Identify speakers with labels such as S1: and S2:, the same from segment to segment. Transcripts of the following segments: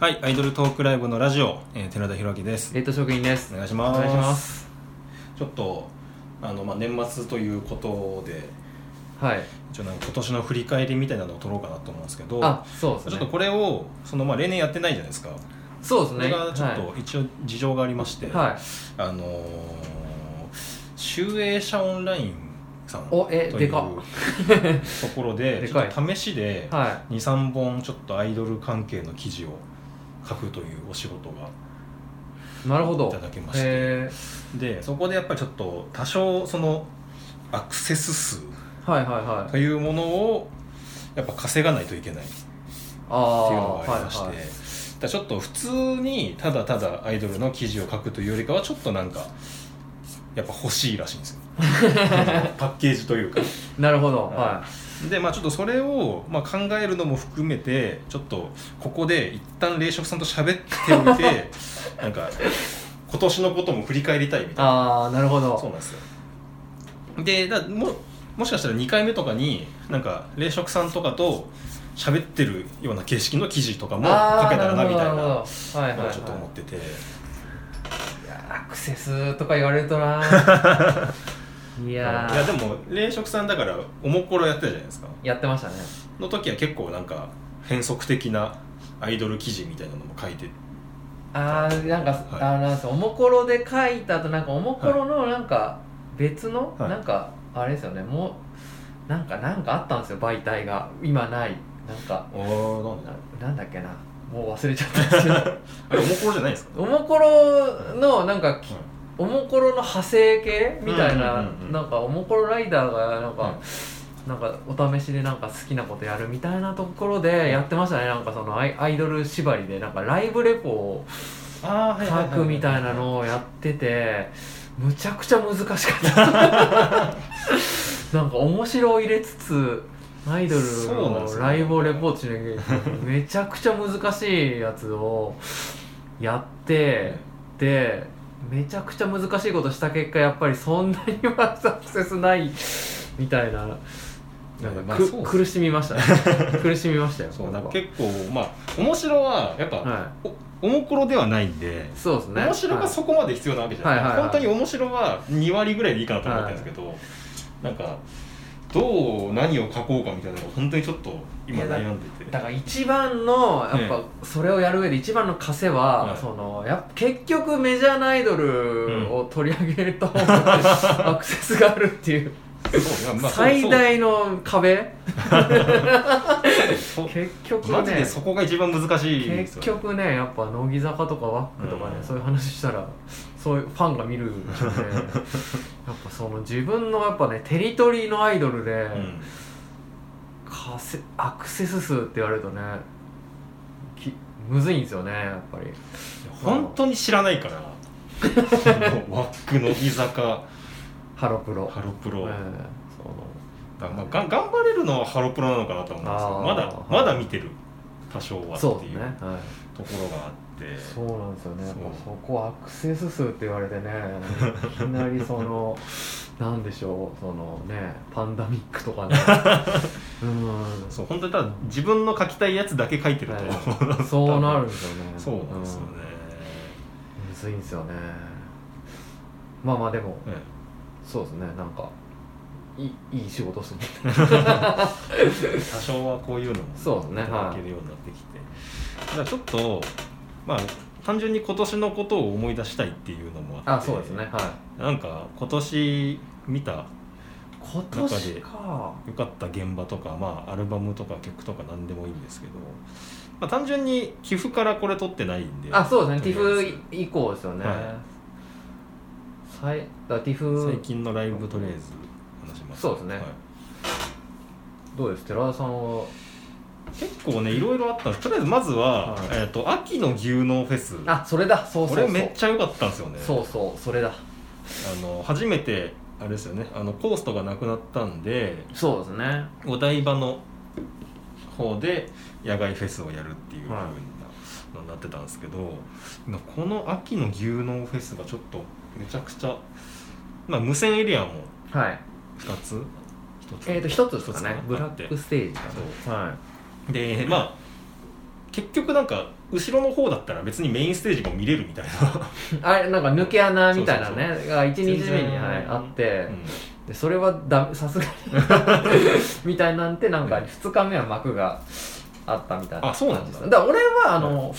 S1: はい、アイドルトークライブのラジオ、えー寺田弘明です。
S2: レッド職員です
S1: お願いします。
S2: お願いします
S1: ちょっと、あの、まあ、年末ということで、
S2: はい
S1: 一応なんか今年の振り返りみたいなのを撮ろうかなと思うんですけど、
S2: あそうです
S1: ちょ
S2: ね
S1: っとこれを、その、まあ、例年やってないじゃないですか。
S2: そうです
S1: そ
S2: ね
S1: れがちょっ
S2: は
S1: と一応事情がありまして、
S2: い、はい、
S1: あのー、集英社オンラインさん
S2: おえ
S1: とい
S2: で
S1: う
S2: かっ
S1: ところで、
S2: で
S1: ちょ
S2: か
S1: っ
S2: い
S1: と試しで、
S2: は
S1: 23本ちょっとアイドル関係の記事を書くというお仕事が
S2: いなるほど
S1: いただきまして
S2: へ
S1: でそこでやっぱりちょっと多少そのアクセス数
S2: ーはいはいはい
S1: というものをやっぱ稼がないといけないって
S2: あ
S1: いう
S2: あ
S1: のがありまして、
S2: はいはい、
S1: だからちょっと普通にただただアイドルの記事を書くというよりかはちょっとなんかやっぱ欲しいらしいん ですよパッケージというか
S2: なるほど
S1: はい
S2: は
S1: でまあちょっとそれを、まあ、考えるのも含めてちょっとここで一旦冷食さんと喋っておい てなんか今年のことも振り返りたいみ
S2: い
S1: たい
S2: ああなるほ
S1: なそう
S2: ど
S1: なんですよでだももしかしたら2回目とかになんか冷食さんとかと喋ってるような形式の記事とかも書
S2: あー
S1: けたらなみたいな
S2: るほど
S1: のを
S2: るほどはいはい、はい、
S1: ちょっと思ってて、
S2: いやーアクセスとか言われる とないやー
S1: いやでも冷食さんだからおもころやってたじゃないですか
S2: やってましたね
S1: の時は結構なんか変則的なアイドル記事みたいなのも書いて
S2: あーなんか、
S1: はい
S2: あーなんすかおもころで書いた後なんかおもころのなんか別の、
S1: はい
S2: なんかあれですよねもうなんかなんかあったんですよ媒体が今ないなんか
S1: あーなんだ
S2: ななんだっけなもう忘れちゃったんですけ ど
S1: あれおもころじゃないんですか、
S2: おもころのなんかきおもころの派生系みたいな、
S1: うんうんうんうん
S2: なんかおもころライダーがなんか、
S1: は
S2: なんかお試しでなんか好きなことやるみたいなところでやってましたねなんかそのアイアイドル縛りでなんかライブレポを
S1: ああ
S2: 書くみたいなのをやっててむちゃくちゃ難しかったなんか面白を入れつつアイドル
S1: そうなんです
S2: の
S1: よ
S2: ライブをレポートしなきゃいけないめちゃくちゃ難しいやつをやってでめちゃくちゃ難しいことした結果やっぱりそんなにはサクセスないみたいな。なんか
S1: まあ
S2: く
S1: そうっす
S2: 苦しみました、ね、苦しみましたよ
S1: そう
S2: 僕
S1: な
S2: は
S1: んか結構まあ面白はやっぱ、
S2: は
S1: おおもころではないんで
S2: い、そうですね
S1: 面白がそこまで必要なわけじゃない,、
S2: はいはいはいはい
S1: 本当に面白は2割ぐらいでいいかなと思ってるんですけど、なんかどう何を書こうかみたいなのが本当にちょっと今
S2: いやだ
S1: 悩んでて
S2: だから一番のやっ
S1: え
S2: ぱそれをやる上で一番の枷は、
S1: はい
S2: そのやっぱ結局メジャーなアイドルを取り上げると、 アクセスがあるっていう
S1: そうまあそう
S2: 最大の壁
S1: そうそう
S2: 結局
S1: マジ
S2: ね
S1: でそこが一番難しいんです
S2: 結
S1: よ、
S2: 局ねやっぱ乃木坂とかワックとかね、
S1: うん
S2: そういう話したらそういうファンが見るんでやっ ぱその自分のやっぱねテリトリーのアイドルで、
S1: うん
S2: かせアクセス数って言われるとねきむずいんですよねやっぱり。
S1: 本当に知らないからもうワック乃木坂
S2: ハロプロ
S1: ハロプロ、
S2: ええ
S1: だからまあがん頑張れるのはハロプロなのかなとは思うんですけど
S2: あー
S1: まだまだ見てる多少は
S2: そうそう
S1: ってい
S2: です
S1: う
S2: ね、はい、
S1: ところがあって
S2: そうなんですよねやっぱ
S1: そう
S2: そこアクセス数って言われてねいきなりその なんでしょうそのねパンダミックと かねうん
S1: そう本当にただ自分の書きたいやつだけ書いてると、
S2: はいそうなるんですよね
S1: そうなんですよね、
S2: うんむずいんですよねまあまあでも
S1: ね
S2: そうですねなんかいいいい仕事ですね
S1: 多少はこういうのも
S2: そうですね
S1: いただ
S2: は
S1: けるようになってきて、だからちょっとまあ単純に今年のことを思い出したいっていうのもあって
S2: あそうですねはい
S1: なんか今年見た
S2: 今年か
S1: 良かった現場とか、まあ、アルバムとか曲とか何でもいいんですけど、まあ、単純に寄付からこれ取ってないんであ
S2: あそうですねティ
S1: とりあえず
S2: フ以降ですよね、
S1: はい
S2: 最だティ
S1: 最
S2: フ
S1: 近のライブとりあえず話します
S2: そうですねどうです寺田さんは
S1: 結構ねいろいろあったんですとりあえずまずは、
S2: はい
S1: えー、と秋の牛脳フェス
S2: あそれだそうそう
S1: こ
S2: そ
S1: れ
S2: う
S1: めっちゃ良かったんですよね
S2: そうそうそれだ
S1: あの初めてあれですよねあのコーストがなくなったんで
S2: そうですね
S1: お台場の方で野外フェスをやるっていう風な
S2: はい
S1: のになってたんですけど、この秋の牛脳フェスがちょっとめちゃくちゃ、まあ、無線エリアも
S2: はい
S1: 2つ1つ
S2: えっ、ー、と一つですかね
S1: 一つかな
S2: ブラックステージか
S1: そう
S2: なはい
S1: でまあ結局なんか後ろの方だったら別にメインステージも見れるみたいな、
S2: あれなんか抜け穴みたいなね
S1: そ
S2: が1日目に、
S1: 全然
S2: はい、あって、
S1: うん
S2: でそれはださすがに みたいなんてなんか2日目は幕があったみたいな
S1: あそうなんだ
S2: ですだから俺はあの、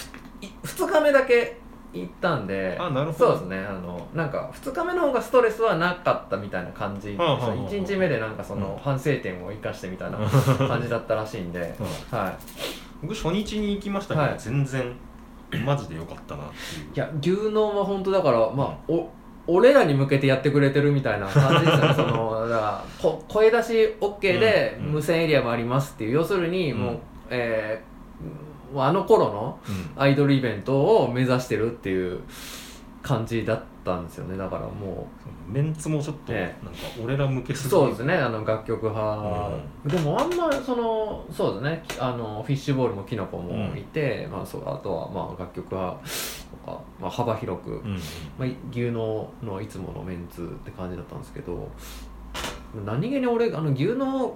S2: 2日目だけ行ったんで
S1: あなるほ
S2: そう
S1: ど
S2: ですねあのなんか2日目の方がストレスはなかったみたいな感じで
S1: はあはあはあ
S2: 1日目でなんかその
S1: うん
S2: 反省点を生かしてみたいな
S1: うん
S2: 感じだったらしいんではい
S1: 僕初日に行きましたけど、
S2: はい
S1: 全然マジで良かったなっていう
S2: いや牛脳は本当だからまあお俺らに向けてやってくれてるみたいな感じです よねそのだからこ声出し OK で
S1: うんうん
S2: 無線エリアもありますっていう要するにもう、
S1: うん
S2: えーあの頃の
S1: うん
S2: アイドルイベントを目指してるっていう感じだったんですよねだからもう
S1: メンツもちょっとなん
S2: え
S1: か俺ら向けすぎ
S2: そうですねあの楽曲派、でもあんまそのそうですねあのフィッシュボールもキノコもいて、まあ、そうあとはまあ楽曲派とか、まあ、幅広く
S1: うんうん
S2: まあ、牛ののいつものメンツって感じだったんですけど何気に俺あの牛の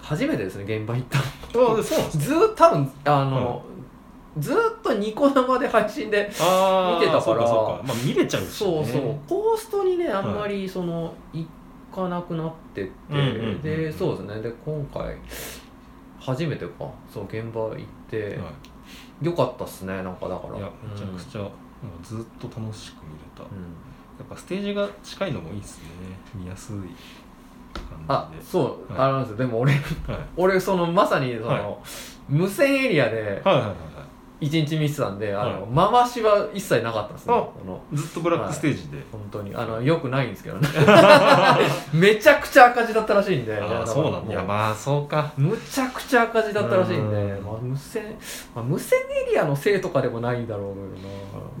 S2: 初めてですね現場行ったの
S1: あそうなんです
S2: ずーっと多分あの、ずーっとニコ生で配信で
S1: あー
S2: 見てたから
S1: そうかそうかまあ見れちゃうし、ね、
S2: そうそうコーストにねあんまりその、行かなくなってって、
S1: うんうんうんうん
S2: でそうですねで今回初めてかそう現場行って、
S1: は
S2: よかったっすねなんかだから
S1: い、いやめちゃく
S2: ゃ、
S1: ちゃ、もうずっと楽しく見れた、
S2: うんうん
S1: やっぱステージが近いのもいいですね見やすい
S2: あ
S1: 感じ
S2: そう、
S1: はい
S2: あれなんですよでも俺
S1: ではい
S2: 俺そのまさにその、
S1: はい
S2: 無線エリアで
S1: はいはいはいは
S2: 一日見てたんで、あの回しは一切なかったんですね
S1: あ
S2: この
S1: いずっとブラックステージで、
S2: 本当にあのよくないんです けどねめちゃくちゃ赤字だったらしいんで
S1: ああそうなんだいや
S2: もう
S1: まあそうか
S2: むちゃくちゃ赤字だったらしいんで、
S1: うん
S2: まあ、無線、まあ、無線エリアのせいとかでもないんだろう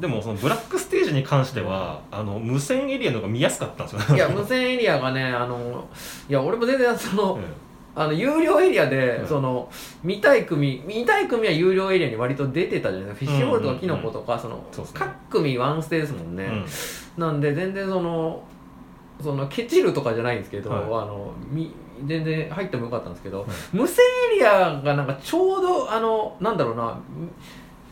S2: け
S1: でもそのブラックステージに関してはあの無線エリアの方が見やすかったんですよ
S2: どな いや無線エリアがねあのいや俺も全然その、
S1: うん
S2: あの有料エリアで、
S1: うん
S2: その見たい組見たい組は有料エリアに割と出てたじゃないですかフィッシュボールと
S1: うんうんう
S2: か
S1: ん
S2: キノコとかその
S1: そうですね
S2: 各組ワンステですもんね、
S1: うん
S2: なんで全然そのそのケチるとかじゃないんですけど、
S1: はい
S2: あのみ全然入ってもよかったんですけど、
S1: い
S2: 無線エリアがなんかちょうどあのなんだろうな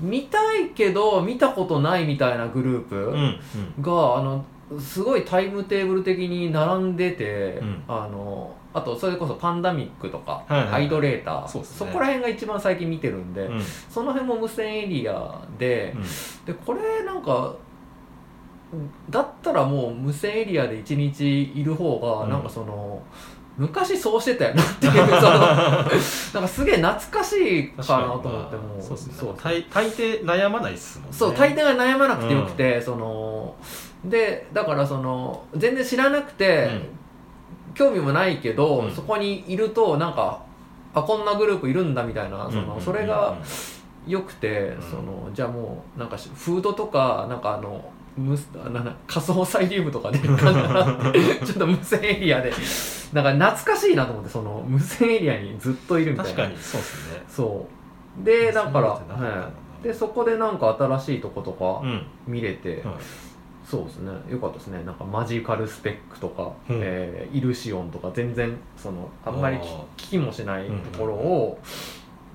S2: み見たいけど見たことないみたいなグループ、
S1: うんうん
S2: があのすごいタイムテーブル的に並んでて、
S1: うん
S2: あのあとそれこそパンダミックとか、
S1: はいはいはい
S2: アイドレーター
S1: そうですね
S2: こら辺が一番最近見てるんで、
S1: うん
S2: その辺も無線エリアで,、でこれなんかだったらもう無線エリアで一日いる方が
S1: うん
S2: なんかその、昔そうしてたよな っていうそのなんかすげえ懐かしいかなと思っても
S1: そうですね
S2: そう
S1: 大大抵悩まないっすもんね
S2: そう大抵が悩まなくてよくて、そのでだからその全然知らなくて、興味もないけど、
S1: うん
S2: そこにいるとなんかあこんなグループいるんだみたいなその、それがよくて、
S1: ん
S2: そのじゃあもうなんかしフードとかなんかあのむすあなな仮想サイリウムとか で なんかちょっと無線エリアでなんか懐かしいなと思ってその無線エリアにずっといるみたいな
S1: 確かにそうですね
S2: そうでだから、
S1: そうなってなかったな
S2: はいでそこでなんか新しいとことか、
S1: うん
S2: 見れて、
S1: はい
S2: そうですねよかったですねなんかマジカルスペックとか、
S1: うん
S2: えーイルシオンとか全然そのあんまり聞
S1: あ
S2: 聞きもしないところを、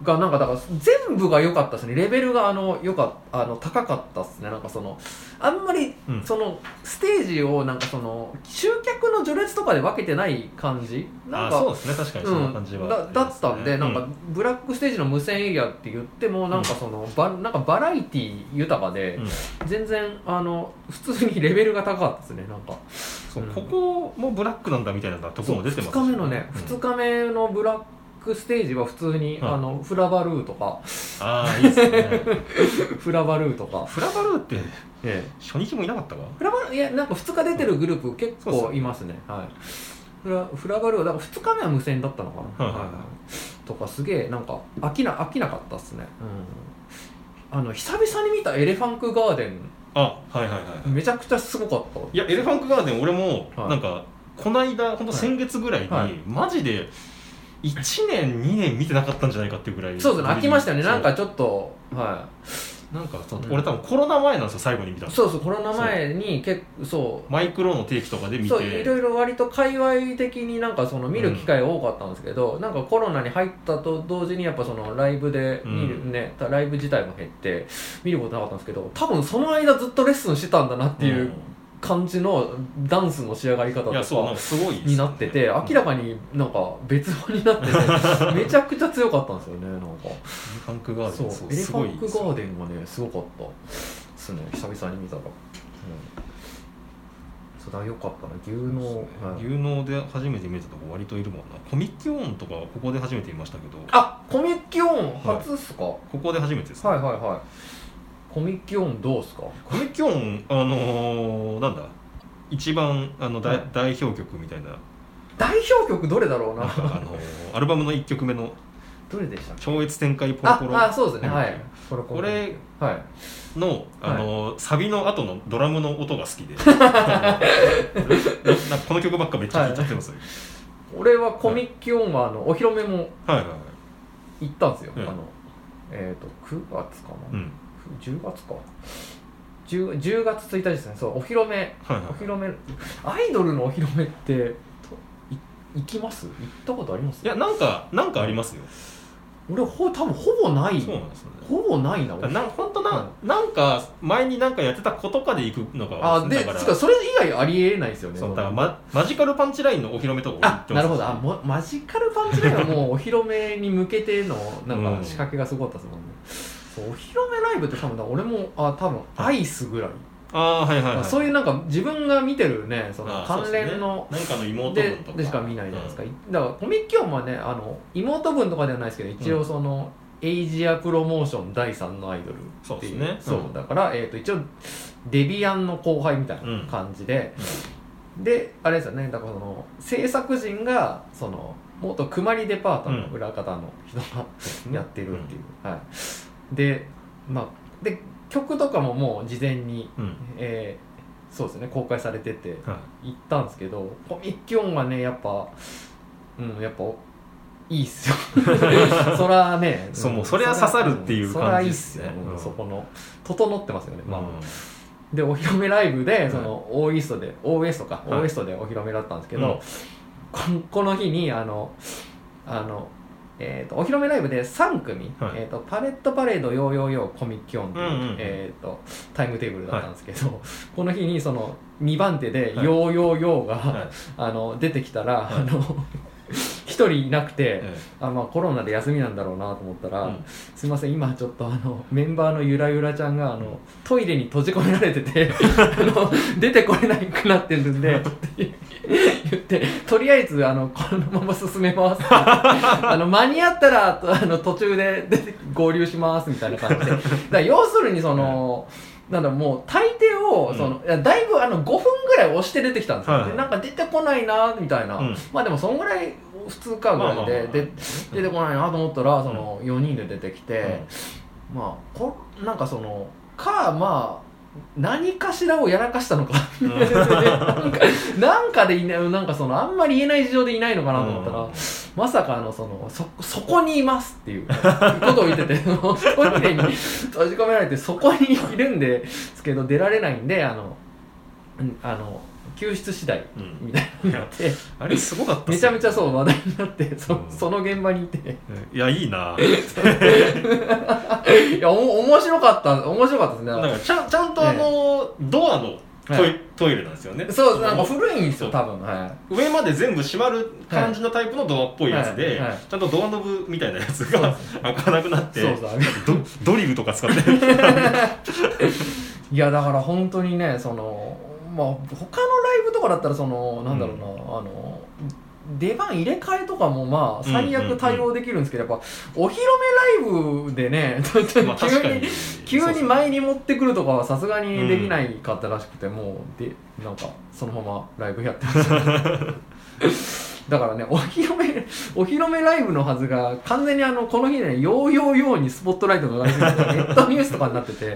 S2: がなんかだから全部が良かったですねレベルがあのよかあの高かったですねなんかそのあんまり
S1: うん
S2: そのステージをなんかその集客の序列とかで分けてない感じなん
S1: あ
S2: か
S1: そうですね確かにそんな感じは
S2: う
S1: あ
S2: ん、
S1: ります
S2: だ
S1: ね
S2: だったんで、なん
S1: う
S2: かブラックステージの無線エリアって言ってもなんかその、ばなんかバラエティ豊かで、
S1: うん
S2: 全然あの普通にレベルが高かったですねなんか
S1: そう
S2: うん
S1: ここもブラックなんだみたいなとこも出てます
S2: 2日目のね、
S1: うん
S2: 2日目のブラックステージは普通に、
S1: はい
S2: あのフラバルーとか
S1: ああいいですね
S2: フラバルーとか、
S1: フラバルーって
S2: ええ
S1: 初日もいなかったか
S2: フラバルいやなんか2日出てるグループ結
S1: そうそ
S2: 構
S1: う
S2: いますねはいフラフラバルーはだから2日目は無線だったのかな、
S1: はいはいはい
S2: とかすげえなんか飽きな飽きなかったっすねうんあの久々に見たエレファンクガーデン
S1: あはいはいはいはい
S2: めちゃくちゃすごかった
S1: いやエレファンクガーデン俺も
S2: はい
S1: なんかこの間ほんと先月ぐらいに、
S2: はい
S1: マジで1年2年見てなかったんじゃないかっていうぐらい
S2: そうですね飽きましたねなん
S1: そ
S2: かちょっとは
S1: なんかその
S2: うん
S1: 俺多分コロナ前なんですよ最後に見たの
S2: そうそうコロナ前に結構そ
S1: マイクロの定期とかで
S2: う
S1: 見
S2: そうい
S1: て
S2: ろいろ割と界隈的になんかその見る機会が多かったんですけど、なんかコロナに入ったと同時にやっぱそのライブで見る、
S1: うん
S2: ねライブ自体も減って見ることなかったんですけど多分その間ずっとレッスンしてたんだなっていうん感じのダンスの仕上がり方と
S1: いやそうなん
S2: か
S1: かすごいです
S2: になってて明らかになんか別語になって てめちゃくちゃ強かったんですよねなん
S1: エ
S2: か
S1: レファンクガー
S2: そ
S1: デ
S2: う
S1: ンそう
S2: エレ
S1: す
S2: フ
S1: ご
S2: ァ
S1: い
S2: ンクガーデンがねすごかったですね久々に見たら、うん、そうだ良かったな牛の、はい
S1: 有能で初めて見たとこ割といるもんなコミックオンとかはここで初めて見ましたけど
S2: あコミックオン初っすか、はい、
S1: ここで初めてです、
S2: はいはいコミックオンどうっすか
S1: コミックオンあのー、なんだ一番あの、だ
S2: はい
S1: 代表曲みたいな
S2: 代表曲どれだろう
S1: なん
S2: な
S1: かあのーアルバムの1曲目の
S2: どれでしたっけ
S1: 超越展開ポロ
S2: あ
S1: ポロ
S2: あそうですねはいこれ
S1: これ
S2: はい
S1: の、あのサビの後のドラムの音が好 きで なんかこの曲ばっかめっちゃ聴いちゃってますよ
S2: 俺はコミックオンはあのお披露目も
S1: はいはいはい
S2: 行ったんですよ、
S1: うん
S2: あのえっ、と9月か
S1: う
S2: な、
S1: ん
S2: 十10月か 10, 10月1日ですねそうお披露
S1: はい
S2: 目
S1: はい
S2: お披露目アイドルのお披露目ってとい行きます行ったことあります
S1: いやなんかなんかありますよ
S2: 俺ほ多分ほぼない
S1: そうなんですよね
S2: ほぼないな
S1: だ
S2: 俺
S1: からなん本当な,、
S2: は
S1: なんか前になんかやってた子とかで行くのが
S2: あで
S1: だから
S2: つかそれ以外ありえないですよね
S1: そうだからママジカルパンチラインのお披露目とか俺行
S2: あ
S1: ってま
S2: な
S1: す
S2: るほどあもマジカルパンチラインはもうお披露目に向けてのなん
S1: う
S2: か
S1: ん
S2: 仕掛けがすごかったですもんね、そうお披露目ライブって多分だ俺もあ多分アイスぐらい、
S1: あーはいはい、はい、
S2: そういうなんか自分が見てるねその
S1: あーそう
S2: 関
S1: ですね
S2: 連の
S1: 何かの妹
S2: で
S1: 分とか
S2: でしか見ないじゃないですか、だからコミックオンはねあの妹分とかではないですけど一応その、エイジアプロモーション第3のアイドル
S1: そう
S2: って
S1: で
S2: い
S1: す
S2: う
S1: ね
S2: そう
S1: うん
S2: だから、えー、と一応デビアンの後輩みたいな感じで、であれですよねだからその制作陣がその元くまりデパートの裏方の人が、
S1: うん
S2: やってるっていう、はいでまあで曲とかももう事前に、
S1: うん、
S2: えーそうですね公開されてて、
S1: はい
S2: 行ったんですけどコミックオンはねやっぱうんやっぱいい っすよそらね
S1: そうんもうそりゃ刺さるっていう
S2: そら
S1: 感じ
S2: いい
S1: っ
S2: っ
S1: す
S2: す
S1: ね
S2: よ、うん
S1: うん
S2: そこの整ってますよね、まあ
S1: うん
S2: でお披露目ライブでその、オーイーストでオーウエストか、オーウエストでお披露目だったんですけど、こんこの日にあのあのえー、とお披露目ライブで3組、
S1: はい
S2: えー、とパレットパレードヨーヨーヨーコミッキオンという、
S1: うんうんうん
S2: えー、とタイムテーブルだったんですけど、この日にその2番手でヨーヨーヨーが、
S1: はい
S2: あの出てきた
S1: は
S2: ら、
S1: い
S2: あの 一人いなくて、
S1: え
S2: あまあ、コロナで休みなんだろうなと思った
S1: え
S2: ら、
S1: うん
S2: すいません今ちょっとあのメンバーのゆらゆらちゃんがあのトイレに閉じ込められて てあの出てこれなくなってるんでって言ってとりあえずあのこのまま進 めますあの間に合ったらとあの途中で出て合流しますみたいな感じでだから要するにその。なんだもう大抵をその、いやだいぶあの5分ぐらい押して出てきたんですよ、
S1: はいはい
S2: でなんか出てこないなみたいな、
S1: うん
S2: まあでもそんぐらい普通かぐらいで,、
S1: まあまあまあ
S2: で出てこないなと思ったらその4人で出てきて、まあこなんかそのかまあ何かしらをやらかしたのか
S1: うん
S2: なんかなんかでいないなんかそのあんまり言えない事情でいないのかなと思ったら、
S1: うん
S2: まさかあのそのそそこにいますっていうことを言って てそのトイレに閉じ込められてそこにいるんですけど出られないんであのうんあの救出次第
S1: うん
S2: みたいになって。
S1: あれすごかったっ
S2: め
S1: す
S2: ちゃ
S1: よ
S2: めちゃそう話題になってそ,、
S1: うん
S2: その現場にいて
S1: いやいいない
S2: やおも面白かった面白かったですね
S1: なんかちゃんちゃんとあの、ドアのトイ,、
S2: は
S1: トイレなんですよね
S2: そうなんか
S1: の
S2: 古いんですよ
S1: そ
S2: 多分はい
S1: 上まで全部閉まる感じのタイプのドアっぽいやつで、
S2: はいはい
S1: ちゃんとドアノブみたいなやつが開かなくなって
S2: そう そう
S1: ドドリルとか使って
S2: いやだから本当にねそのまあ他のライブとかだったらそのなんだろうな、
S1: う
S2: あの出番入れ替えとかもまあ
S1: うんうんうん
S2: 最悪対応できるんですけど、やっぱお披露目ライブでね 急に,、
S1: まあ確かに
S2: 急に
S1: 前
S2: 前に持ってくるとかはさすがにできないかったらしくて、もうでなんかそのままライブやってました だからねお披露目お披露目ライブのはずが完全にあのこの日ねヨーヨーヨーにスポットライトが上がりすぎてネットニュースとかになってて
S1: い や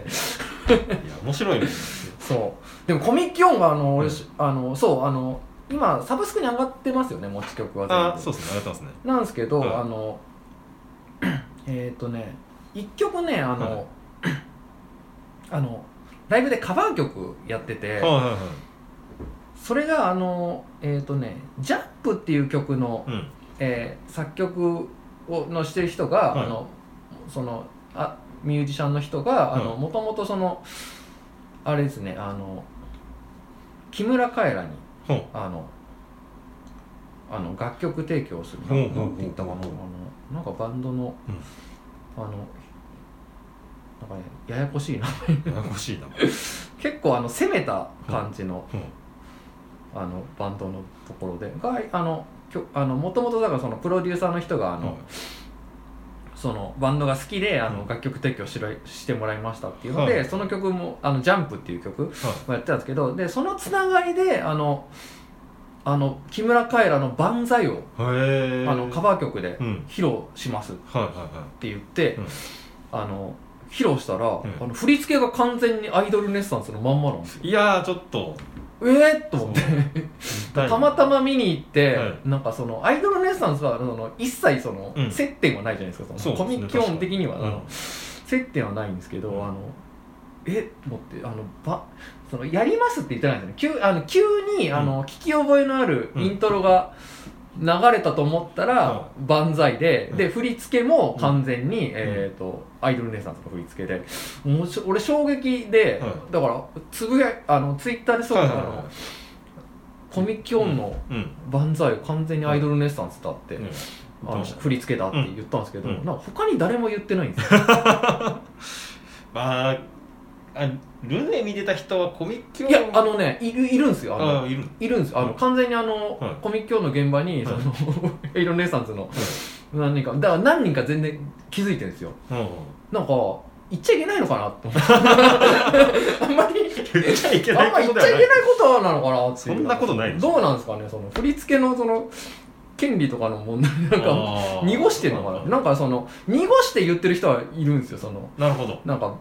S1: 面白いもん
S2: そうでもコミックオンがあの、俺
S1: うん
S2: あのそうあの今サブスクに上がってますよね持ち曲は全部
S1: あそうですね上がってますね
S2: なんですけど、
S1: はい
S2: あのえっ、とね一曲ねあの、 あのライブでカバー曲やって
S1: は
S2: て、
S1: いはいはい
S2: それがあのえっ、とね「ジャンプっていう曲の、
S1: うん
S2: えー作曲をのしてる人が、
S1: はい
S2: あのそのあミュージシャンの人が
S1: はい
S2: もともとそのあれですねあの木村カエラに
S1: ほう
S2: あのあの楽曲提供をする
S1: ほう
S2: な
S1: ほ
S2: ん
S1: うほうほう
S2: て言ったかなあのなんかバンドの、
S1: うん
S2: あのなんかねややこしいな
S1: ややこしいな
S2: 結構あの攻めた感じの,、
S1: うんうん
S2: あのバンドのところでがあのきょあのもともとだからそのプロデューサーの人があの、そのバンドが好きであの
S1: うん
S2: 楽曲提供しろしてもらいましたっていうので、
S1: はい
S2: その曲も「あのジャンプっていう曲をやってたんですけどでそのつながりであのあの木村カエラの「万歳」を
S1: はいへえ
S2: あのカバー曲で
S1: うん
S2: 披露しますっ
S1: はいはいは
S2: て言って、
S1: うん
S2: あの披露したら、
S1: ん
S2: あの振り付けが完全にアイドルネッサンスのまんまなんですよ
S1: いいやーちょっと
S2: えっ、と思 って
S1: そ痛い
S2: たまたま見に行って、
S1: は
S2: なんかそのアイドルネッサンスはあの一切その、
S1: うん
S2: 接点はないじゃないですかそ
S1: そう
S2: の
S1: ですね
S2: コミ基本的には、
S1: うん
S2: あの接点はないんですけど、
S1: うん
S2: あのえ持ってあのばそのやりますって言ってないんですよね急あの急にあの、聞き覚えのあるイントロが流れたと思ったら「万歳で」
S1: うん
S2: で振り付けも完全に、えー、とアイドルネッサンスの振り付けでもうし俺衝撃で、
S1: はい
S2: だからつぶやあのツイッターでそう、
S1: はい
S2: あ
S1: はいはい
S2: のコミキョンの
S1: うん
S2: 万歳を完全にアイドルネッサンスだって、
S1: ね
S2: あの
S1: どう
S2: 振り付けだって言ったんですけど、
S1: うんうん
S2: なんか他に誰も言ってないんですよ
S1: まああルネ見てた人はコミックを
S2: いやあのねいるいるんですよあの
S1: あいる
S2: いるんですよあの
S1: うん
S2: 完全にあの、
S1: はい
S2: コミックョンの現場に、
S1: はい
S2: その アイドルネッサンスの何人かだから何人か全然気づいてるんですよ
S1: うん
S2: なんか言っちゃいけないのかな と思ってあんまり
S1: 言っちゃいけな
S2: あんま
S1: い
S2: 言
S1: こ
S2: っ
S1: と
S2: ち
S1: だ
S2: ゃいけ
S1: よ
S2: ない
S1: ね
S2: ことなのかなっていう
S1: そんなことないでし
S2: どうなんですかねその振り付けのその権利とかの問題なんか
S1: あー
S2: 濁してるのかななんかその濁して言ってる人はいるんですよその
S1: なるほど
S2: なんか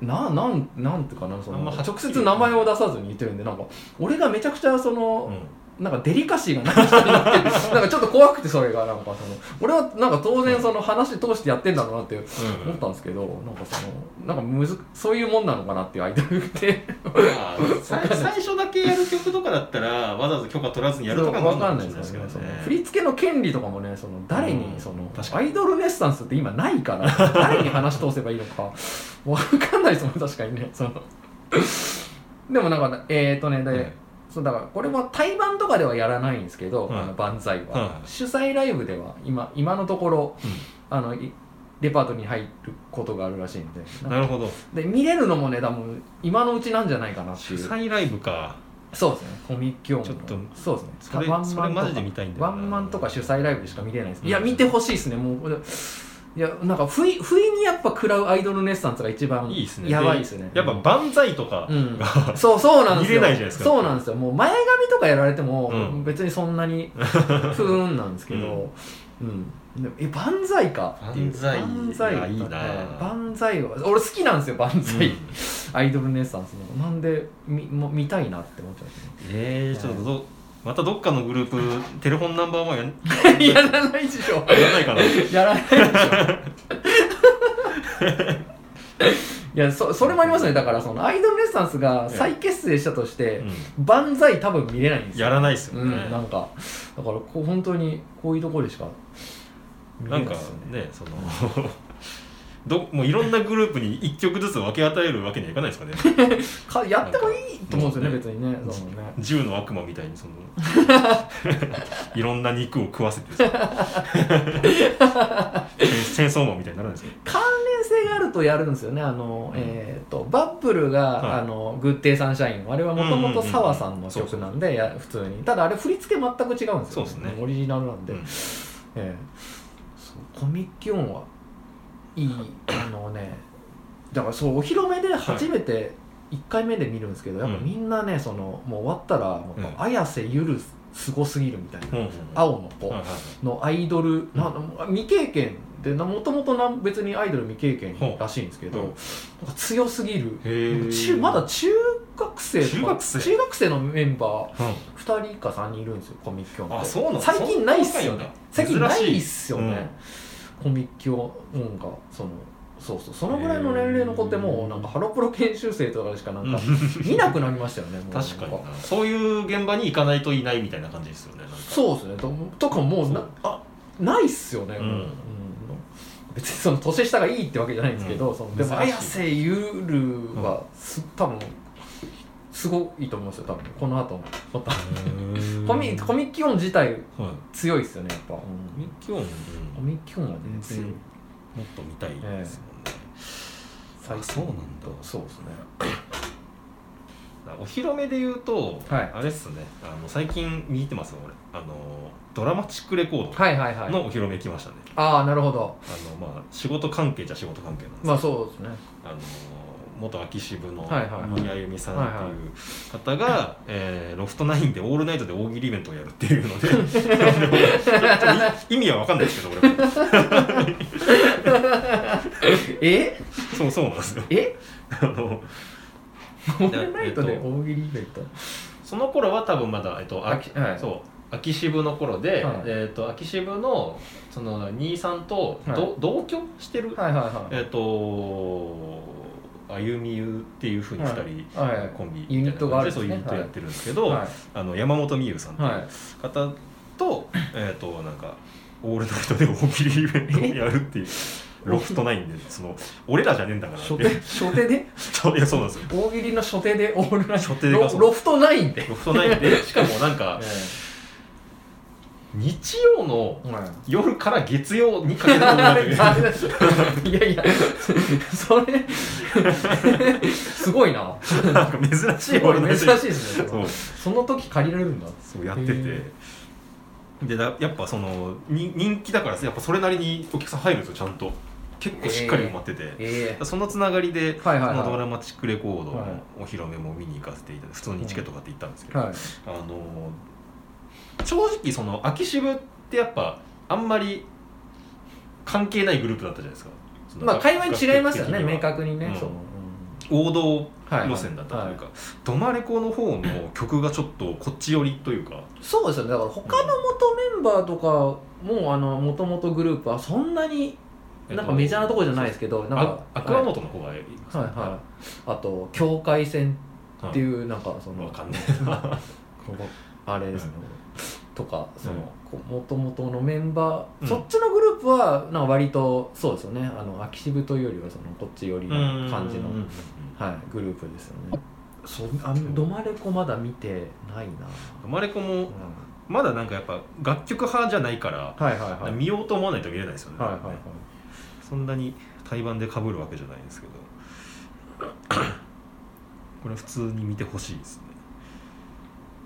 S2: ななんなんていうかなそ
S1: あん
S2: の
S1: まはっきり
S2: 直接名前を出さずに言ってるんでなんか俺がめちゃくちゃその、
S1: う
S2: なんかデリカシーがない人になってるなんかちょっと怖くてそれがなんかその俺はなんか当然その話通してやってんだろうなって
S1: んう
S2: 思っ
S1: ん
S2: たんですけどなんかそのなんかむずそういうもんなのかなっていうアイドル って
S1: まあさい最初だけやる曲とかだったらわざわざ許可取らずにやるとかもあ
S2: わ
S1: るの
S2: か
S1: か
S2: ん
S1: も
S2: な
S1: し
S2: い
S1: れない
S2: で
S1: ですすけ
S2: よ
S1: ど
S2: ねその
S1: ね
S2: 振り付けの権利とかもねその誰
S1: う
S2: に
S1: ん
S2: その
S1: 確か
S2: アイドルネッサンスって今ないから誰に話し通せばいいのかわかんないですもん確かにねそのでもなんかえっ、ー、とねで、
S1: うん
S2: そうだからこれも対バンとかではやらないんですけど、
S1: うん
S2: あの万歳は、
S1: うん
S2: 主催ライブでは今今のところ、
S1: うん
S2: あのいレパートリーに入ることがあるらしいんで
S1: なるほど
S2: で見れるのもね多分今のうちなんじゃないかなって
S1: 主
S2: いう
S1: 催ライブか
S2: そうですねコミック用の
S1: ちょっと
S2: そうですね
S1: それ
S2: ワンマン
S1: それ
S2: とか
S1: マジで見たいんだよ
S2: ワ
S1: な
S2: ンマンとか主催ライブでしか見れないです、
S1: うん
S2: いや見てほしいですねもうこれいやなんか不意不意にやっぱ食らうアイドルネッサンスが一番
S1: いいですね
S2: やばいですね
S1: やっぱ万歳とか
S2: うん
S1: が、
S2: そうそうなんで
S1: 見れない
S2: すよ
S1: じゃないですか
S2: そうなんですよもう前髪とかやられても、
S1: うん
S2: 別にそん なに不運なんですけどうん、でもえ万歳かってい
S1: 万
S2: う
S1: 歳
S2: 万歳
S1: いやいいな
S2: 万歳は俺好きなんですよ万歳、
S1: うん
S2: アイドルネッサンスのなんでみもう見たいなって思っちゃう
S1: えー、ちょっとどまたどっかのグループテレフォンナンバーワンやん
S2: やらないでしょ
S1: やらないかな
S2: やらないでし ょいやそそれもありますねだからそのアイドルネッサンスが再結成したとして、万歳多分見れないんです
S1: や
S2: よ
S1: らないっすよ
S2: うん
S1: ね、
S2: なんかだからこう本当にこういうところでしか見
S1: な
S2: れ
S1: ん
S2: ない
S1: か
S2: ですよね
S1: ねそのどもういろんなグループに1曲ずつ分け与えるわけにはいかないですかね
S2: かやってもいいと思うんですよね
S1: なん
S2: 別にねそうね
S1: 銃の悪魔みたいに そのいろんな肉を食わせて戦争マンみたいにならないですか
S2: 関連性があるとやるんですよねあの、
S1: うん
S2: えっ、とバップルが、
S1: はい
S2: あのグッデイサンシャインあれはもともと澤さんの曲なんで、や普通にただあれ振り付け全く違うんですよ、
S1: そうですね
S2: オリジナルなんで、
S1: うん
S2: ええそうコミッキオンはいいあのねだからそうお披露目で初めて1回目で見るんですけど、やっぱみんなねそのもう終わったらもう、
S1: うん
S2: 綾瀬ゆるすごすぎるみたいな、
S1: うんうん
S2: 青の子、
S1: はいはいはい
S2: のアイドル、な未経験でもともと別にアイドル未経験らしいんですけど、
S1: ほう
S2: なんか強すぎる
S1: へー
S2: 中まだ中学生
S1: 中
S2: とか
S1: 学生
S2: 学生のメンバー
S1: う
S2: 2人か3人いるんですよコミック教
S1: んあそうなんだ
S2: 最近ないっすよね
S1: そ
S2: 最
S1: ん
S2: 近
S1: な若いんだ
S2: ないっすよ
S1: 珍し
S2: ね、コミック教音がそのそうそうそのぐらいの年齢の子ってもうなんかハロプロ研修生とかでし かなんか見なくなりましたよねもうなん
S3: 確かになそういう現場に行かないといないみたいな感じですよねなんか
S2: そうですねととかもう
S3: そ
S2: な
S3: う
S2: あないっすよね、
S3: うん
S2: も別にその年下がいいってわけじゃないんですけど、そのでも
S3: 珍しい
S2: 綾瀬ゆるはす、多分すごいと思いますよ多分この後もまたコミコミッキオン自体
S1: はい
S2: 強いっすよねやっぱ、
S1: コミックオン、
S2: コミッキオンはね
S1: 全
S2: 強い
S1: 然もっと見たいですもんね、
S2: 最
S1: あ
S2: 近
S1: そうなんだ
S2: そうですね
S1: お披露目で言うと、
S2: はい
S1: あれっすねあの最近見てますよ俺あのドラマチックレコー
S2: はいはいは
S1: ド
S2: い
S1: のお披露目来ましたね、
S2: ああなるほど
S1: あのまあ仕事関係じゃ仕事関係なんですけど
S2: まあそうですね
S1: あの元秋渋の
S2: はいはい
S1: 宮由美さんっていう方が、えーロフトナインでオールナイトで大喜利イベントをやるっていうので意味は分かんないですけど俺も
S2: え
S1: そうそうなんですよ
S2: え
S1: あの
S2: オールナイトで大喜利イベント
S1: その頃は多分まだ、えっと、あ
S2: きはい
S1: そう秋渋の頃で、
S2: はい
S1: えっと秋渋のその兄さんとど、
S2: はい
S1: 同居してる、
S2: はいはい
S1: え
S2: はい
S1: っとあゆみゆっていうふうに2人、
S2: はいはい
S1: コンビ
S2: ユニットがあるんです
S1: そ
S2: ね
S1: うユニットやってるんですけど、
S2: は
S1: あの山本美優さん
S2: い
S1: という
S2: はい
S1: 方と、えっ、となんかオールナイトで大喜利イベントをやるっていうロフトないんでその俺らじゃねえんだからって
S2: 初手初手で
S1: そういやそうなんですよ
S2: 大喜利の初手でオールナイト
S1: 初手がそう
S2: ロロフトナインで、
S1: ロフトないんでしかもなん か日曜の夜から月曜にかけてのなんていう
S2: いやいやそれ すごいな
S1: なんか珍しい
S2: すごい 珍しい
S1: そう
S2: ですね
S1: そう
S2: その時借りられるんだ
S1: やって
S2: へ
S1: てでだやっぱそのに人気だからやっぱそれなりにお客さん入るんですよちゃんと結構しっかり埋まってて、
S2: ええ
S1: そのつながりで、
S2: はいはいはい
S1: そのドラマチックレコード
S2: は
S1: のお披露目も見に行かせていただいて普通にチケット買って行ったんですけど、
S2: はい
S1: あのー正直その秋渋ってやっぱあんまり関係ないグループだったじゃないですかその
S2: まあ界隈違いますよね
S1: 楽曲的
S2: 明
S1: には
S2: 確にね、
S1: うん
S2: そう、
S1: 王道路線だったというか、ドマレコの方の曲がちょっとこっち寄りというか
S2: そうですよねだから他の元メンバーとかもあの元々グループはそんなに なんかメジャーなところじゃないですけどなん
S1: あ
S2: か
S1: アクアモトの方がいます
S2: はいはいはいあと境界線っていううなんかその
S1: わかんない
S2: あれですね
S1: うん
S2: とかその
S1: うん
S2: こう元々のメンバ
S1: う
S2: ー
S1: ん
S2: そっちのグループはなんか割とそうですよねあのアキシブというよりはそのこっち寄りの感じの
S1: うん
S2: はいグループですよねそあのドマレコまだ見てないな
S1: ドマレコも
S2: う
S1: まだなんかやっぱ楽曲派じゃないから
S2: んはいはいはい
S1: 見ようと思わないと見れないですよね、
S2: はいはいはい
S1: そんなに対バンで被るわけじゃないんです けどこれ普通に見てほしいですね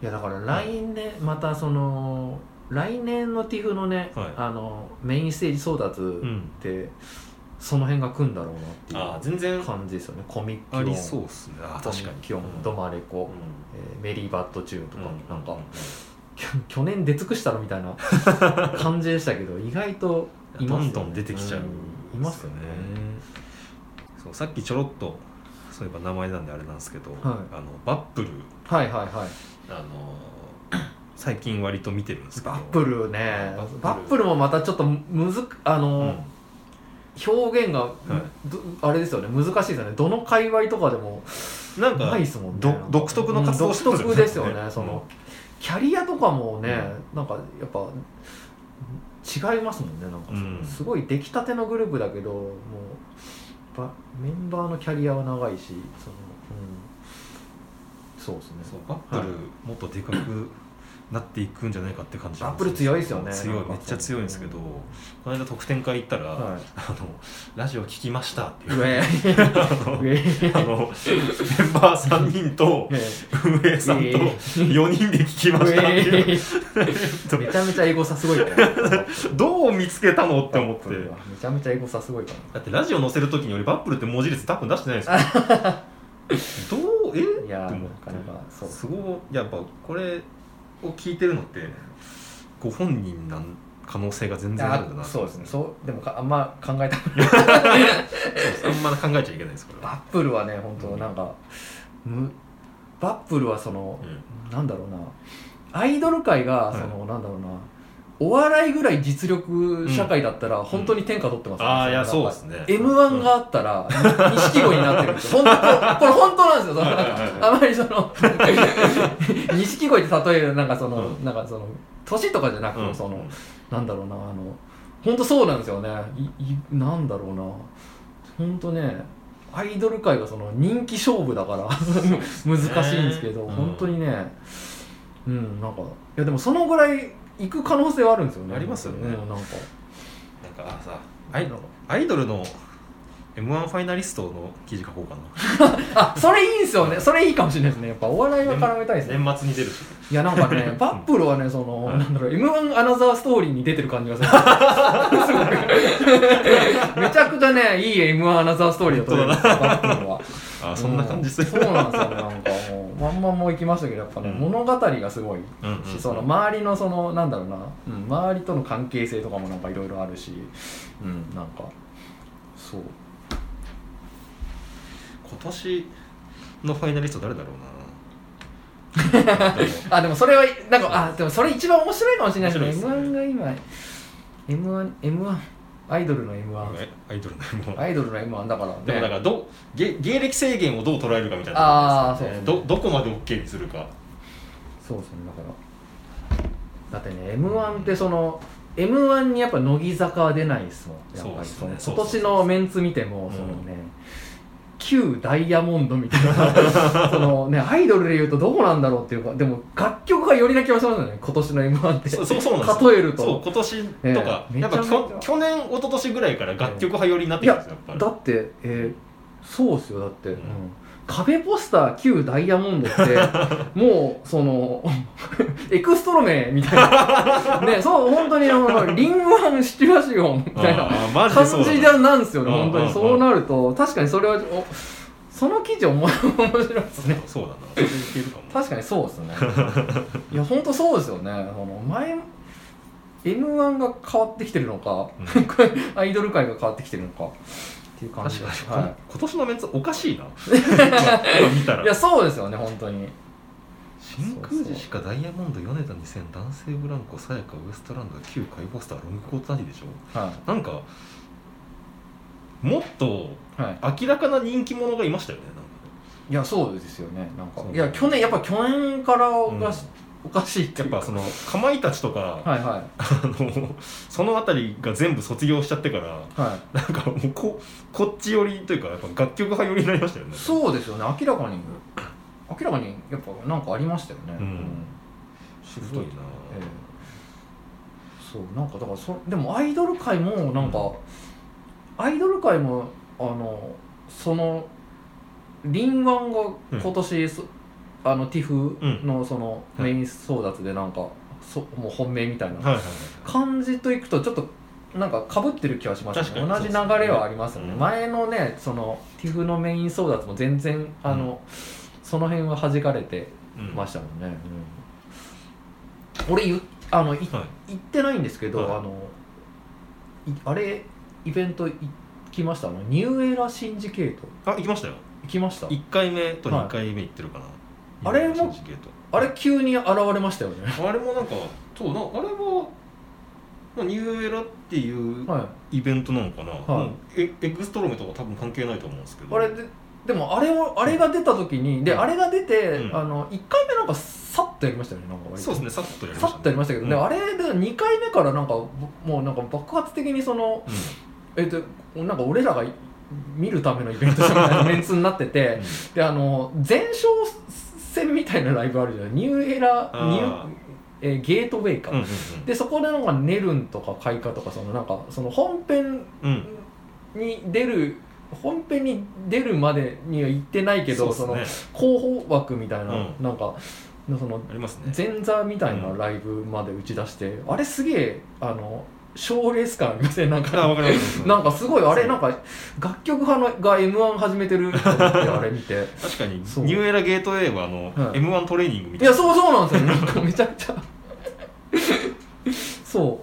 S2: いやだから来年またその来年の TIFF のね、
S1: はい
S2: あのメインステージ争奪
S1: ん
S2: ってその辺が組んだろうな
S1: あ
S2: っ
S1: 全
S2: てい
S1: 然
S2: う感じですよねコミック
S1: ありそう
S2: う
S1: ですねあ確かに
S2: キョン、
S1: うん
S2: ドマレ
S1: うん
S2: コ、えーメリーバッドチューンとか、
S1: うん
S2: なんか、
S1: う
S2: きょ去年出尽くしたのみた いな感じでしたけど意外といま
S1: ど
S2: すよね
S1: んどん出てきちゃう、
S2: うんいますよね
S1: そうさっきちょろっとそういえば名前なんであれなんですけど、あのバップル
S2: はいはいはい
S1: あの最近割と見てるんですけど
S2: バップルね
S1: バップル
S2: バップルもまたちょっとむずくあの、
S1: うん
S2: 表現が、どあれですよね難しいですよねどの界隈とかでも
S1: なんか
S2: ないですもんね
S1: ど独特の活動
S2: うん
S1: してるん
S2: 独特ですよねそ
S1: うん
S2: のキャリアとかもね、なんかやっぱ違いますもんねなんか、
S1: うん
S2: すごい出来たてのグループだけどもうばメンバーのキャリアは長いしその、うん、そうですね
S1: そうバップルもっとでかくなっていくんじゃないかって感じなん
S2: バップル強いですよね
S1: 強
S2: ないんか
S1: めっちゃ強いんですけど
S2: うん
S1: この間特典会行ったら、
S2: は
S1: あの「ラジオ聞きました」って
S2: い
S1: いう
S2: 上
S1: あの
S2: 上
S1: あのメンバー3人と運営さんと
S2: えー
S1: 4人で聞きましたっていう、
S2: めちゃめちゃエゴサすごいからね
S1: どう見つけたのって 思って
S2: めちゃめちゃエゴサすごいからね
S1: だってラジオ載せる時に俺バップルって文字列多分出してないですよ どうえ
S2: いや
S1: って思
S2: ーな
S1: っ
S2: か
S1: て
S2: なかそう
S1: すごいやっぱこれを聞いてるのってご本人なん可能性が全然あるんだな
S2: あそうですねそうでもかあんま考えた
S1: そうあんま考えちゃいけないですこれは、
S2: バップルはね本当なんか、むバップルはその
S1: う、ん
S2: なんだろうなアイドル界が
S1: はい
S2: その、なんだろうなお笑いぐらい実力社会だったら本当に天下取ってますよね
S3: ああいやそう
S2: っ
S3: ですね
S2: m 1があったら錦鯉になってる んですよ本当これ本当なんですよそのなん
S3: はいはい
S2: かあまりその 錦鯉って例えるなんかその、
S3: う
S2: なんかその年とかじゃなく、
S3: うん
S2: そのなんだろうなあの本当そうなんですよねいいなんだろうな本当ねアイドル界はその人気勝負だ から難しいんですけど、
S3: うん
S2: 本当にねうんなんかいやでもそのぐらい行く可能性はあるんですよね
S1: ありますよね
S2: うんなんか
S1: なんかあさア
S2: は
S1: イ
S2: い
S1: ドアイドルの m 1ファイナリストの記事書こうかな
S2: あそれいいんですよねそれいいかもしれないですねやっぱお笑いは絡めたいですね
S3: 年末に出るし
S2: いやなんか ねバップルはねその、
S3: はい
S2: なんだろう m 1アナザーストーリーに出てる感じがする すごくめちゃくちゃねいい m 1アナザーストーリーだと思いますバップルは
S3: あそんな感じす
S2: う
S3: る
S2: んそうなんですよねなんかもうまんまも行きましたけどやっぱね、
S3: うん
S2: 物語がすごいし、
S3: うんうんうん
S2: その周りのそのなんだろうな、うん周りとの関係性とかもなんかいろいろあるしうんなんかそう
S1: 今年のファイナリスト誰だろ うなでも
S2: あでもそれはなんかあでもそれ一番面白いかもしれないですね
S3: 面白い
S2: m 1が今 m 1 m 1アイドルの m 1
S1: アイドルの m 1
S2: アイドルの m 1だからね
S3: でもなんかど芸芸歴制限をどう捉えるかみたいな
S2: ああ
S3: と
S2: そう
S3: ころ
S2: で
S3: ですす
S2: ね
S3: ねどどこまで OK にするか
S2: そうですねだからだってね m 1ってその m 1にやっぱ乃木坂は出ないですもんやっぱり
S3: そうですね
S2: その今年のメンツ見ても
S3: そうそ
S2: そ
S3: う
S2: の
S3: そう
S2: ね、旧ダイヤモンドみたい なそのねアイドルでいうとどこなんだろうっていうかでも楽曲がよりな気がしますよね今年の m 1って
S3: そうそうそうなんですよ
S2: 例えると
S3: そう今年とか、
S2: ええ
S3: やっぱ
S2: めちゃめちゃ
S3: 去去年一昨年ぐらいから楽曲派寄りになってきたんですよやっぱ
S2: だ
S3: り
S2: って、えーそうっすよだって、
S3: うん
S2: うん壁ポスター旧ダイヤモンドって もうその エクストロ名みたい なねそう本当にあのリンワンシチュアシオンみたいな
S3: あーマジでそう
S2: 感
S3: だ
S2: じなんですよね
S3: うん
S2: 本当
S3: うん
S2: に
S3: うん
S2: そうなると確かにそれはおその記事おも 面白いですね
S1: そうだなそれいけるかも
S2: 確かにそうで すねいや本当そうですよねあの前 m 1が変わってきてるのか、 アイドル界が変わってきてるのかっていう感じ
S1: 確
S2: で
S1: かに、
S2: はい
S1: こ今年のメンツおかしいな 今見た
S2: いや
S1: ら
S2: そうですよね本当に
S1: 真空寺しかダイヤモンド米田2000男性ブランコさやかウエストランド旧カイボスターロングコートダディでしょ
S2: は
S1: なんかもっと
S2: い、はい、
S1: 明らかな人気者がいましたよねなんか
S2: いやそうですよねなんか
S1: そう
S2: いや去年やっぱ去年からおかし,、おかしいって
S1: や
S2: い
S1: っ
S2: うか
S1: ぱそのかまいたちとか、
S2: はいは
S1: あのその辺りが全部卒業しちゃってから
S2: いは
S1: なんかもうここっち寄りというかやっぱ楽曲派寄りになりましたよね
S2: いそうですよね明らかに明らかにやっぱなんかありましたよね
S1: うん
S2: す
S1: す
S2: ご
S1: ご
S2: い
S1: いな、
S2: ええそうなんかだからそでもアイドル界もなんか、アイドル界もあのそのリンワンが今年、そあのティフのその
S1: うんは
S2: メ
S1: い
S2: イン争奪でなんか、そもう本命みたいな
S1: はいはいはい
S2: 感じといくとちょっとなんか被ってる気はします
S3: 確
S2: ね
S3: か
S2: 同
S3: に
S2: じ流れはありますよね、
S3: うん
S2: 前のねそのティフのメイン争奪も全然あの、その辺は弾かれて
S3: うん
S2: ましたもんね、俺ゆあのい
S1: はい
S2: 行ってないんですけど、
S1: はい
S2: あのいあれイベント行きましたあのニューエラシンジケート
S1: あ行きましたよ
S2: 行きました
S1: 1回目と2回目行ってるかな、
S2: あれも
S1: 新宿ゲート
S2: あれ急に現れましたよね
S1: あれもなんかそうなあれもまあニューエラっていう
S2: は
S1: イベントなのかな、
S2: はい
S1: もうエエクストロメとか多分関係ないと思うんですけ
S2: い
S1: ど
S2: あれででもあれをあれが出た時にであれが出て、
S1: うん
S2: あの1回目なんかさっとやりましたよねなんか割と
S1: そうですねさっとやりま
S2: さ
S1: した、ね、
S2: っとやりましたけど、ね
S1: うん
S2: あれで2回目からなんかもうなんか爆発的にその
S1: うん
S2: えっとなんか俺らが見るためのイベントみたいなメンツになってて
S1: うん
S2: であの前哨戦みたいなライブあるじゃないニューエラ
S1: あ
S2: ニ
S1: ー
S2: ュー、えーゲートウェイか、
S1: うんうん
S2: でそこでなんかネルンとか開花とかそのなんかその本編
S1: うんうん
S2: に出る本編に出るまでには行ってないけどそ,、
S1: そう
S2: の
S1: ですね
S2: 候補枠みたいな、
S1: うん
S2: なんかその
S1: あります ね
S2: 前座みたいなライブまで打ち出して、あれすげえあの賞レース感ありませんなん
S1: あ
S2: か
S1: わかります
S2: なんかすごいあれ
S1: そう
S2: なんか楽曲派のが m 1始めてると思ってあれ見て
S1: 確かにニ
S2: そう
S1: ューエラゲートウェイはあの、
S2: はい
S1: m 1トレーニングみ
S2: い
S1: たい
S2: や
S1: な
S2: そうそうなんですよなんかめちゃく ちゃそ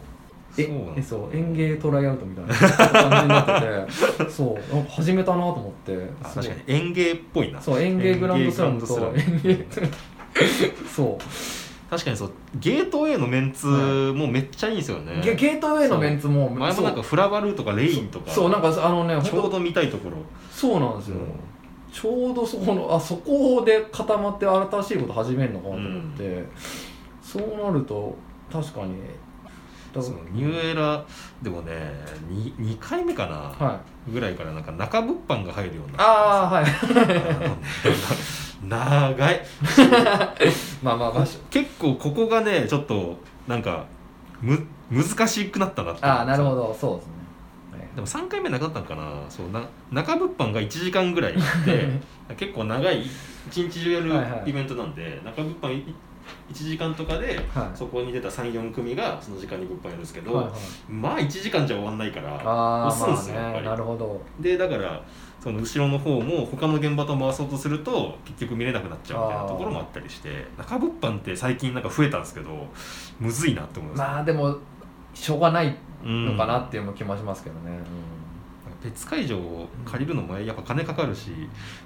S2: うえ
S1: そうなん
S2: え
S1: です
S2: そう園芸トライアウトみたいな感じになっ ててそうなんか始めたなと思って
S1: あ
S2: すごい
S1: 確かに園芸っぽいな
S2: そう園芸グランドスラム
S1: 園芸
S2: と
S1: グランド
S2: 園
S1: スラム
S2: 芸そう
S1: 確かにそうゲートウェイのメンツ
S2: は
S1: もうめっちゃいいんですよね、
S2: ゲゲートウェイのメンツも
S1: 前も
S2: そう
S1: なんかフラバルとかレインとか
S2: そうなんかあのね
S1: ちょう
S2: 本
S1: ど見たいところ
S2: 当そうなんですよ、
S1: うん
S2: ちょうどそこのあそこで固まって新しいこと始めるのかなと思って、そうなると確かにだ
S1: そのニューエラでもね 2, 2回目かな、
S2: はい
S1: ぐらいからなんか中物販が入るようにな
S2: ああはい
S1: あの 長い
S2: まあまあまあし
S1: 結構ここがねちょっとなんかむ難しくなったなって
S2: ああなるほどそうですねはい
S1: でも3回目なかったのかなそうな中物販が1時間ぐらいあって 結構長い一日中やる
S2: はいはい
S1: イベントなんで、中物販い1時間とかで
S2: はい
S1: そこに出た34組がその時間に物販やるんですけど、
S2: はいはい
S1: まあ1時間じゃ終わんないから
S2: ああ
S1: 押
S2: ま
S1: ん
S2: す
S1: ですよやっ
S2: あ
S1: ぱ
S2: ね
S1: り
S2: なるほど
S1: でだからその後ろの方も他の現場と回そうとすると結局見れなくなっちゃうみたいなところもあったりして中物販って最近なんか増えたんですけどむずいなって思います、
S2: まあでもしょうがない
S1: うん
S2: のかなっていう気もしますけどね、
S1: 別会場を借りるのもやっぱ金かかるし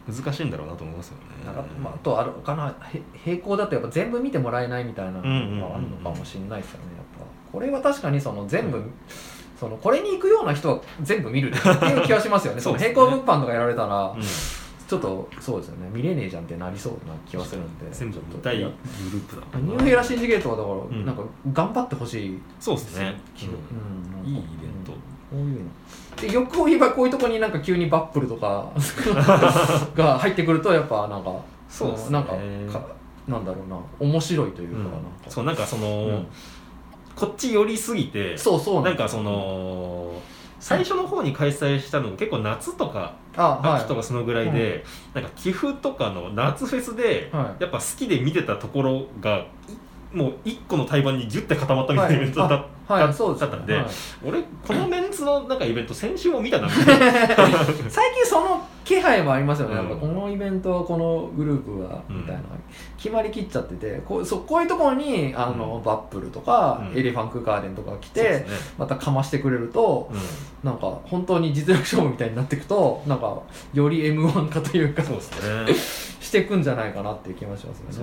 S1: 難しいんだろうなと思いますよね
S2: なんかまあ、あとあるかなへ並行だとやっぱ全部見てもらえないみたいなのがあるのかもしれないですよねやっぱこれは確かにその全部、そのこれに行くような人は全部見るっていう気はしますよね
S1: そう
S2: その
S1: です
S2: 並
S1: ね
S2: 行物販とかやられたら
S1: うん
S2: ちょっとそうですよね見れねえじゃんってなりそうな気はするんで
S1: 全部
S2: ちょっと
S1: 見たい
S2: い
S1: グ
S2: や
S1: ループだもん
S2: ニ
S1: な
S2: ューヘラシンジゲートはだから、
S1: ん
S2: なんか頑張ってほしい、
S1: そうですね、
S2: うん
S1: いいイベント、
S2: こういうので欲を言えばこういうとこになんか急にバップルとか が入ってくるとやっぱなんか
S1: そうっすね
S2: なんかかなんだろうな面白いという
S1: う
S2: かなんんか、
S1: そうなんかその、
S2: うん
S1: こっち寄りすぎて
S2: そうそう
S1: なんかその最初の方に開催したのも結構夏とか
S2: あはい
S1: 秋とかそのぐらいで、なんか寄付とかの夏フェスで、
S2: は
S1: やっぱ好きで見てたところがいもう一個の対バンにギュッて固まったみたいなイベントだ,、
S2: いは
S1: だ
S2: いそうです
S1: だったんで、
S2: はい
S1: 俺このメンツのなんかイベント先週も見たなみたいな
S2: 最近その気配もありますよね、
S1: うん
S2: やっぱこのイベントはこのグループはみたいな、
S1: うん
S2: 決まりきっちゃっててこうそうこういうところにあの、バップルとか、
S1: うん
S2: エレファンクガーデンとか来
S1: そうで
S2: て
S1: すね、
S2: またかましてくれると
S1: う
S2: なんか本当に実力勝負みたいになっていくとなんかより m 1化というか
S1: ん、そうですね
S2: していくんじゃないかなっていう気もしますよね。